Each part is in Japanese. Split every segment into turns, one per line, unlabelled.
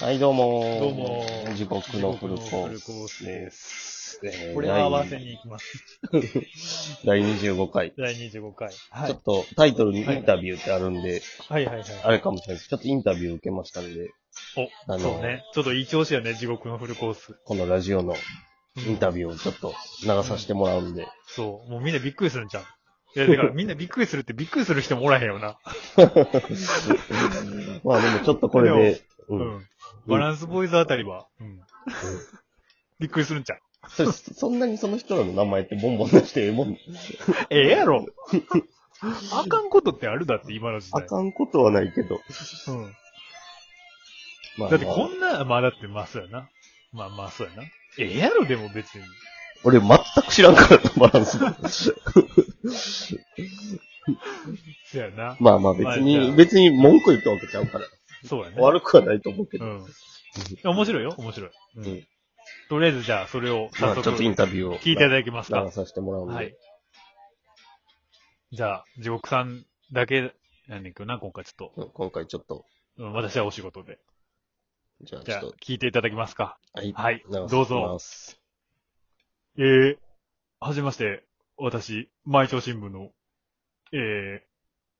はい、どうも。
どうも。
地獄のフルコ
地獄のフルコ
ー
ー
ス
ス
で。
ですこれは合わせに行きます。
第25回。
第25回。は
ちょ
い
っ。とタイトルにインタビューってあるんで、
はいはいはい。
あれかもしれないです。ちょっとインタビュー受けましたんで、あ
お、
の
そうね。ちょっといい調子よね、地獄のフルコース。
このラジオのインタ
ビュー。
ビューをちょっと流させてもらうんで。
そう。もうみんなびっくりするんじゃん。いや、だからみんなびっくりするってびっくりする人もおらへんよな。
まあでもちょっとこれで、う。
うんん。バランスボーイズあたりは。うん。びっくりするんじゃん。
それそんなにその人らの名前ってボンボン出してええもん。
ええ やろ。あかんことってあるだって、今の時
あ
代。
かんことはないけど。
うん。
まあ、
だって
まあ
こんな、まあだってまあそうやな。まあまあそうやな。ええやろ、でも別に。
俺全く知らんからな、バランスボ ーイズ。
そうやな。
まあまあ別
まあじ
に、
ゃあ
別に文句言ったわけちゃうから。
そうやね。
悪くはないと思うけ
う
ど。
ん。面白いよ、面白い。うん
うん
とりあえずじゃあ、それを
ま
早
あ
速、
ちょっとインタビューを
聞いていただけます
流
か。
させてもらうんで。
はい。じゃあ、地獄さんだけ、なんねんけどな、今回ちょっ
うん今回ちょっと、
と、うん、私はお仕事で。
じゃあち
じ
ょ
ゃ
っ
あ
と、、
聞いていただけますか。
はい
はい
流させて
どうぞ
もらいます
えー、はじめまして、私、毎朝新聞の、えー、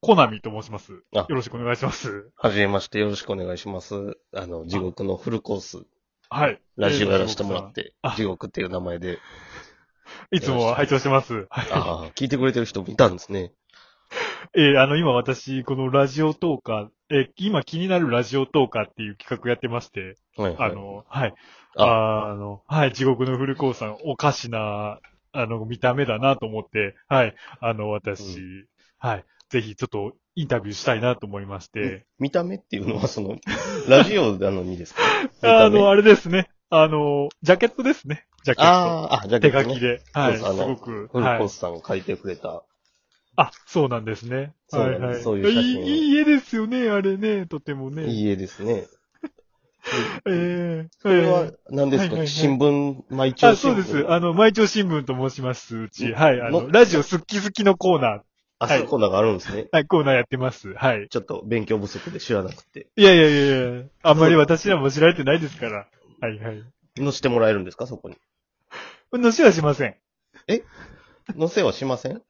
コナミと申します。
あ
よろしくお願いします。
はじめまして、よろしくお願いします。あの、地獄のフルコース、
はい。
ラジオやらせてもらって
あ、
地獄っていう名前で、
えー。地獄さんいつも拝聴してます。はい。
ああ、聞いてくれてる人もいたんですね。
えーあの、今私、このラジオトーカー、えー今気になるラジオトーカーっていう企画やってまして、
はい、は
あ
い。
の、はい。
あ
ああの、はい、地獄の古川さん、おかしな、あの、見た目だなと思って、はい、あの、私、
う
はい、ぜひちょっとインタビューしたいなと思いまして、
見た目っていうのは、その、 ラジオなのにですか
あ
見た目
の、あれですね、あの、ジャケットですね、ジャケット。
あーあ、じゃあ、
手書きで、はい、す
そうそうあの
ごく、
フル
は
コー
い。
スさんが書いてくれた、
あ、そうなんですね。
そう
は
ないんです
はい。
そういう写真を
いいいい絵ですよね、あれね、とてもね。
いい絵ですね。
ええ
これは、何です
はいはいは
か
い
新聞、毎朝
あ、
新聞。
そうです。あの、毎朝新聞と申します。うち、
ん
はい、あ
も
の、ラジオ好き好きのコーナー、
あ、そういうコーナーがあるんですね。
はい、コーナーやってます。はい。
ちょっと勉強不足で知らなくて。
いやいやいやいや、あんまり私らも知られてないですから。はいはい。
載せてもらえるんですかそこに。
載せはしません。
載せはしません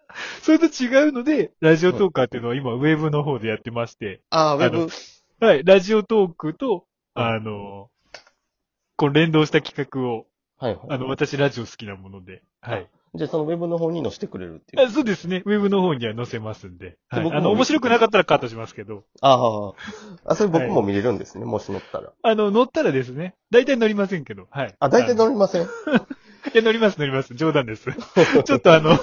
それと違うので、ラジオトーカーっていうのは今、ウェブの方でやってまして、
ああ、ウェ
あ
ブ
の。はい、ラジオトークと、あの、この連動した企画を、
はいはい。
あの、私ラジオ好きなもので、はい。
じゃあそのウェブの方に載せてくれるっていう。
あそうですね。ウェブの方には載せますんで。はい、
僕も
あの、面白くなかったらカットしますけど。
ああ。あ、それ僕も見れるんですね。もし載ったら。
あの、乗ったらですね、大体乗りませんけど、はい。
あ、大体
乗
載りません。
いや、乗ります、乗ります。冗談 です。 ちょっとあの、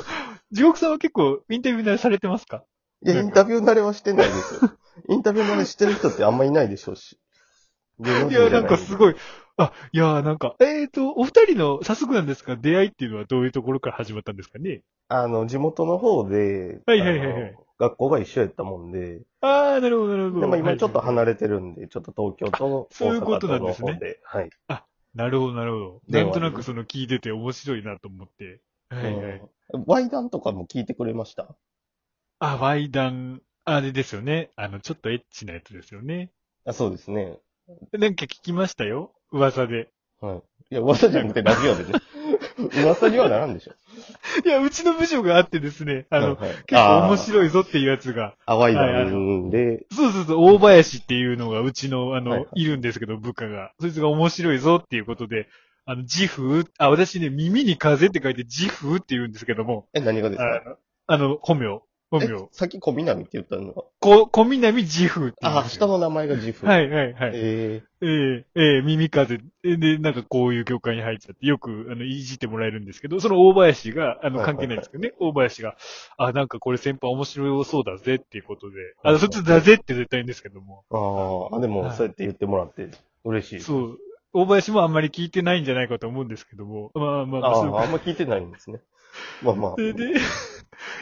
地獄さんは結構インタビューなされてますか
いや、インタビュー慣れはしてないですよ。インタビュー慣れしてる人ってあんまいないでしょうし。芸能
い
人
や、
じゃ
なんかすご
い。
い。あ、いや、なんか、えっ、と、お二人の、早速なんですが、出会いっていうのはどういうところから始まったんですかね
あの、地元の方で、
はいはいはいはい
あの学校が一緒やったもんで、
あー、なるほど、なるほ
で
ど。
も今ちょっと
はい
離れてるんで、ちょっと東京と
あそうい
大
うこ
阪と
となんで
の
すね
方で、はい。
なるほど、なるほど。
電話
なんとなくその聞いてて面白いなと思って。はいはい。
うんワイダンとかも聞いてくれました
あ、ワイダン、あれですよね。あの、ちょっとエッチなやつですよね。
あ、そうですね。
なんか聞きましたよ。噂で。
はい。いや、噂じゃなくてラジオ でね。噂にはならんでしょ。
いや、うちの部署があってですね、あの、
はいはい、
結構面
い。
白いぞっていうやつが、
あワイダ
はい
ンで、
そうそうそう、大林っていうのがうちの、あの、
はい
い
はい
るんですけど、部下が。そいつが面白いぞっていうことで、あの、自負、あ、私ね、耳に風って書いて自負って言うんですけども、
え、何がです
あ
か
の、あの本名、本
え
名、、
さっき小南って言ったのは、
こ、小南自負って言うん
あ、
です
下
よ。
の名前がジフ。。
はいいはいはい。
え
ええええ耳風で、で、なんかこういう業界に入っちゃって、よく、あの、いじってもらえるんですけど、その大林が、あ
はいはい
の、
はい
関係ないんですけどね、大林が、あ、なんかこれ先輩面白そうだぜっていうことで、
はい
あ、
はい
そっちだぜって絶対言うんですけども、
ー、あーあ、でも、
はい
そうやって言ってもらって、嬉しい。う。
そう、大林もあんまり聞いてないんじゃないかと思うんですけども、まあまあまあ、
あ
そう
あ、あんま聞いてないんですね。 まあまあ。
で、で、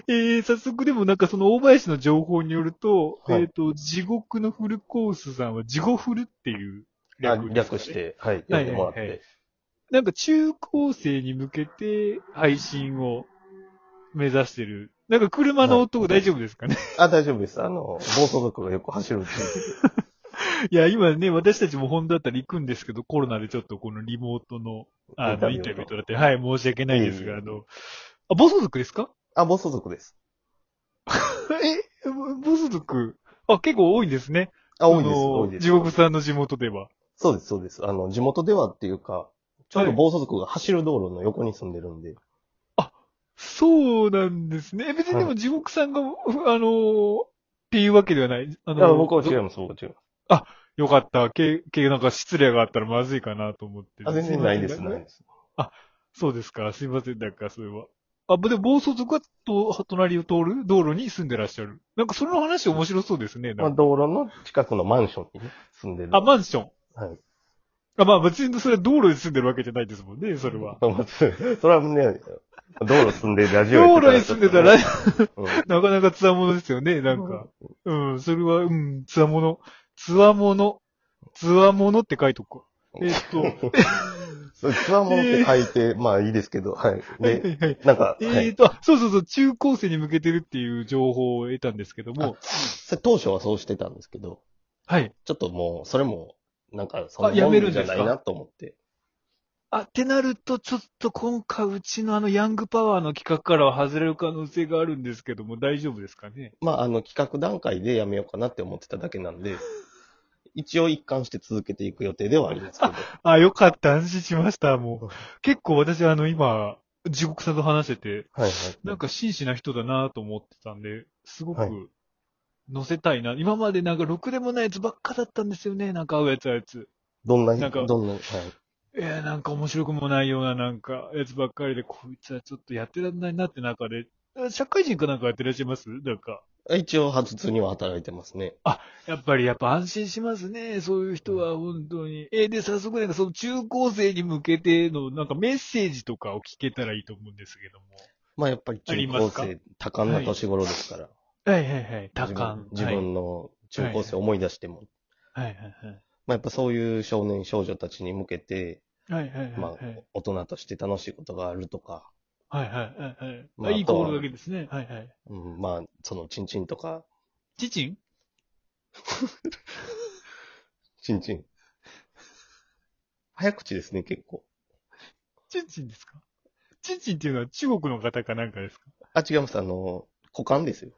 えー早速でもなんかその大林の情報によると、
はい
えっ、と、地獄のフルコースさんは地獄フルっていう
あ
ですかね
略し。て、はい、言ってもらって。
はいはいはなんか中高生に向けて配信を目指してる。なんか車の音大丈夫ですかね、
あ、大丈夫です。あの、暴走族がよく走るっていう
いや、今ね、私たちも本当だったら行くんですけど、コロナでちょっとこのリモートの、あの、イ
イ
ン
ンタ
タ
ビュ
ビュー
ー
と
と
なって、はい、申し訳ないです
いえ
が、
い
あ
え
の、あ、暴走族ですか
あ、暴走族です。
え、暴走族、あ、結構多いんですね。
あ、多いです、
あの
多いです。
地獄さんの地元では。
そうです、そうです。あの、地元ではっていうか、ちょう
は
ど
い
暴走族が走る道路の横に住んでるんで。
そうなんですね。え別にでも地獄さんが、うあのー、っていうわけではない。あ
い
の
や、
ー
僕は違います、僕は違います。
よかった。け、け、なんか失礼があったらまずいかなと思って。
あ、全然ないです、
すま
な
せ
い
ん
です。
そうですか。すいません、なんか、それは。あ、でも暴走族は、と、隣を通る道路に住んでらっしゃる。なんか、その話面白そうですね。
ま
な
あ、
んか
道路の近くのマンションにね、住んでる。
あ、マンション。
はい。
あ、まあ、別にそれは道路に住んでるわけじゃないですもんね、それは。
まあそれはね、道路住んでラジオや
道
ってたら
路に
ちょっ
住ん
と
で
ね
たら、
うん
なかなかつわものですよね、なんか。うん、それは、うん、つわもの。つわもの。つわものって書いとくか。えっと、は
そう、つわものって書いて、まあいいですけど、はい。
いは
で、
いはい。
なんか、は
えっ
い。
と、あそうそうそう、中高生に向けてるっていう情報を得たんですけども、
それ当初はそうしてたんですけど、
はい。
ちょっともう、それも、なんか、その
あやめるん
じ
で
ゃ
すか
ないなと思って。
あ、ってなると、ちょっと今回、うちのあの、ヤングパワーの企画からは外れる可能性があるんですけども、大丈夫ですかね
まあ、あの、企画段階でやめようかなって思ってただけ なんで、一応一貫して続けていく予定ではありますけど。
あ、よかった、安心しました、もう。結構私、あの、今、地獄さんと話してて、
はいはい。
なんか真摯な人だなと思ってたんで、すご
はい
く乗せたいな。今までなんかろくでもないやつばっかだったんですよね。なんか合うやつ合うやつ。
どんな、
なんか
どんな、はい。
えー、なんか面白くもないようななんかやつばっかりで、こいつはちょっとやってらんないなって中で、あ社会人かなんかやってらっしゃいますなんか。
一応、初通には働いてますね。
やっぱりやっぱ安心しますね。そういう人は本当に。えーで、早速なんかその中高生に向けてのなんかメッセージとかを聞けたらいいと思うんですけども。
まあ、やっぱり中
ありま
高
すか
生、多感な年頃ですから。
はいはいはい。多
自
感
分。自分の中高生を思い出しても、
はいはいはい。
まあ、やっぱそういう少年少女たちに向けて、
はいはいはい、はい。
まあ、大人として楽しいことがあるとか、
はいはいはいはい。
ま
あ、
あ
いい
あとは
心がけですね。はいはい。
うん、まあ、その、チンチンとか、
チチン
チンチン。早口ですね、結構。
チンチンですかチチンっていうのは中国の方かなんかですか
あ、違います、あの、股間ですよ。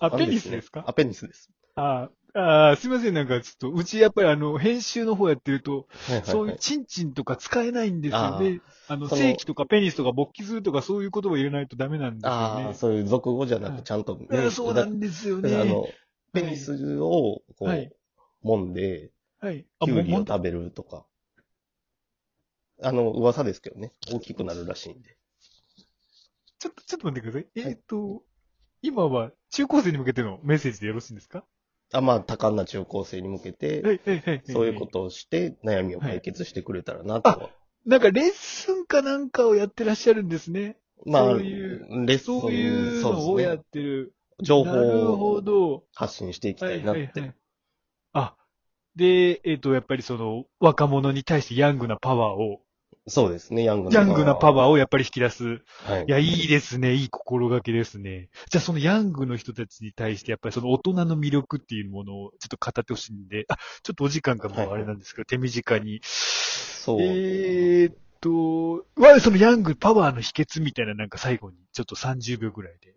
あ
股間
ペニスですか
あ、ペニスです。
ああ、ああ、すいません、なんかちょっと、うちやっぱりあの、編集の方やってると、
はいはい、はい。
そういうチンチンとか使えないんですよね。あの、
その
正規とかペニスとか勃起するとかそういう言葉入れないとダメなんですよ
ああ、
ね。
そういう俗語じゃな
はい
く、ちゃんと、ね
ああそうなんですよ
だ
ね。
からあ
は
の、ペニスを、こう、
はい
揉んで、
い。あ、
キュ
もう
ウリを
本当
食べるとか。あの、噂ですけどね。大きくなるらしいんで。
ちょっと、ちょっと待ってください。えっ、と、今は中高生に向けてのメッセージでよろしいんですか
あ、まあ、多感な中高生に向け
は
て、
いはいはい。
そういうことをして、悩みを解決してくれたらなと。
なんかレッスンかなんかをやってらっしゃるんですね。
まあ、
そうい
レッスン、
そういう
そう
のを
です
や
ね
っ。てる。
情
な
報
るほ
を
ど。
発信していき
は
た
い
いなっ
はい
て。
はい。あ、で、えっ、と、やっぱりその、若者に対してヤングなパワーを、
そうですね、ヤング
ヤングなパワー
を。
をやっぱり引き出す。
はい
い。や、いいですね。いい心がけですね。じゃあ、そのヤングの人たちに対して、やっぱりその大人の魅力っていうものをちょっと語ってほしいんで、あ、ちょっとお時間がもうあれなんですけど、手短に。
そう。
えーっと、は、そのヤングパワーの秘訣みたいななんか最後に、ちょっと30秒ぐらいで、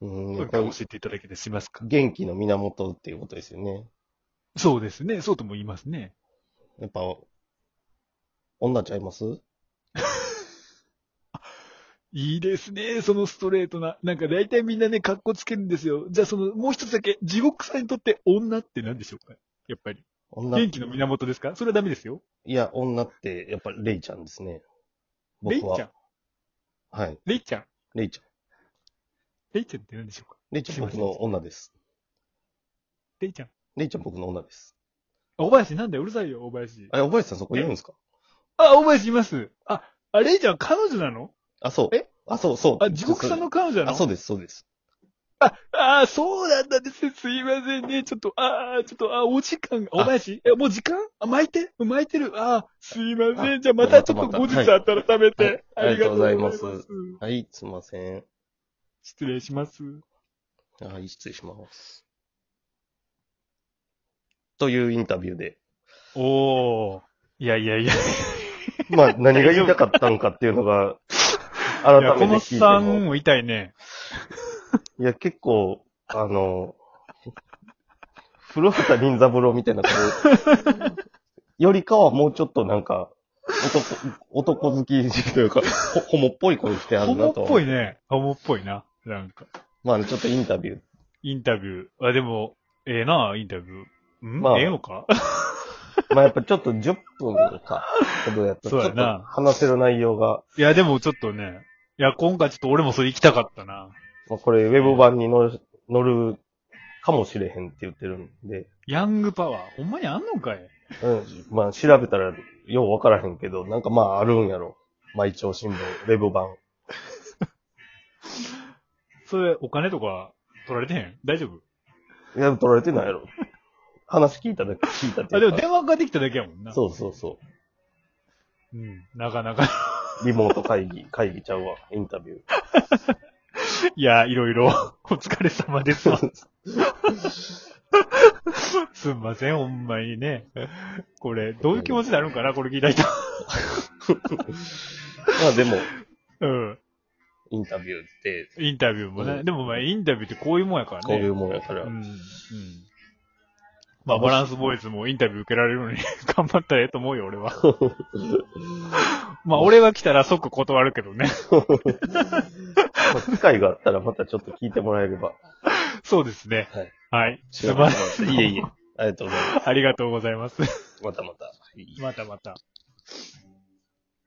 うん、や
なん
っ
か
ぱり
教えていただけたりしますか
元気の源っていうことですよね。
そうですね。そうとも言いますね。
やっぱ、女ちゃいます
いいですね。そのストレートな。なんか大体みんなね、格好つけるんですよ。じゃあその、もう一つだけ、地獄さんにとって女って何でしょうかやっぱり。
女
元気の源ですかそれはダメですよ。
いや、女って、やっぱりレイちゃんですね。
レイ
僕は。
ちゃん。
はい。
レイちゃん。
レイちゃん。
レイちゃんって何でしょうか
レイちゃ
す
ん
いませ
僕の
ん
女です。
レイちゃん。
レイちゃん僕の女です。
あ、小林なんだよ。うるさいよ、小林。
あれ、おばあさんそこいるんですか
あ、小林います。あ、あ、レイちゃん彼女なの
あ、そう。
え
あ、そう、そう。
あ、地獄さんの彼女なの
あ、そうです、そうです。
あ、あーそうなんだですね。すいませんね。ちょっと、あーちょっと、あーお時間、お林え、もう時間あ、巻いて巻いてる。あーすいません。じゃあまたちょっと後日あったら食べて。
はいはい
あ
あ
り
りが
がと
と
うございま
はい、すいません。
す失礼します。
はい、失礼します。というインタビューで。
おー。いやいやいや。
まあ、何が言いたかったんかっていうのが、
い
改
や小
めて
松
聞
さ
い
ん
ても。
も痛いね。
いや、結構、あの、古畑任三郎みたいなこうよりかはもうちょっとなんか、男、男好きというか、ほホモっぽい声してあ
ホ
るな
モっ
と。
ぽいね。ホモっぽいな。なんか。
まあ、ちょっとインタビュー。
インタビュー。あ、でも、ええな、インタビュー。ん、
まあ
ええのか
まあ、やっぱちょっと10分か、ほどやった。
そうやな
ちょっと話せる内容が、
いや、でもちょっとね。いや、今回ちょっと俺もそれ行きたかったな。
まあ、これウェブ版に乗る、乗るかもしれへんって言ってるんで、
ヤングパワー。ほんまにあんのかい
うん。まあ、調べたらようわからへんけど、なんかまあ、あるんやろ。毎朝新聞、ウェブ版。
それ、お金とか取られてへん大丈夫
いや、取られてないやろ。話聞いただけ、聞いたって
あ、
い
で
う
も
か。
電話ができただけやもんな。。
そうそうそう
うん。なかなか。
う。リモート会議、会議ちゃうわ、インタビュー。
いや、いろいろ。 お疲れ様です わ。すんません、ほんまにね。これ、どういう気持ちになるんかなこれ聞いた人。
まあでも、
うん。
インタビューって、
インタビューも
う
ね。
ん
でもまあ、インタビューってこういうもんやからね。
こういうもんやから。
うん。うん。まあ、バランスボーイズもインタビュー受けられるのに 頑張ったらええと思うよ、俺は。 まあ、俺が来たら即断るけどね。
まあ機会があったらまたちょっと聞いてもらえれば。
そうですね。はい。す
調
ば
べ
ら
てもらって
し
いえいえ。ありがとうございま
ありがとうございます。
す。またまた。はい
またまた。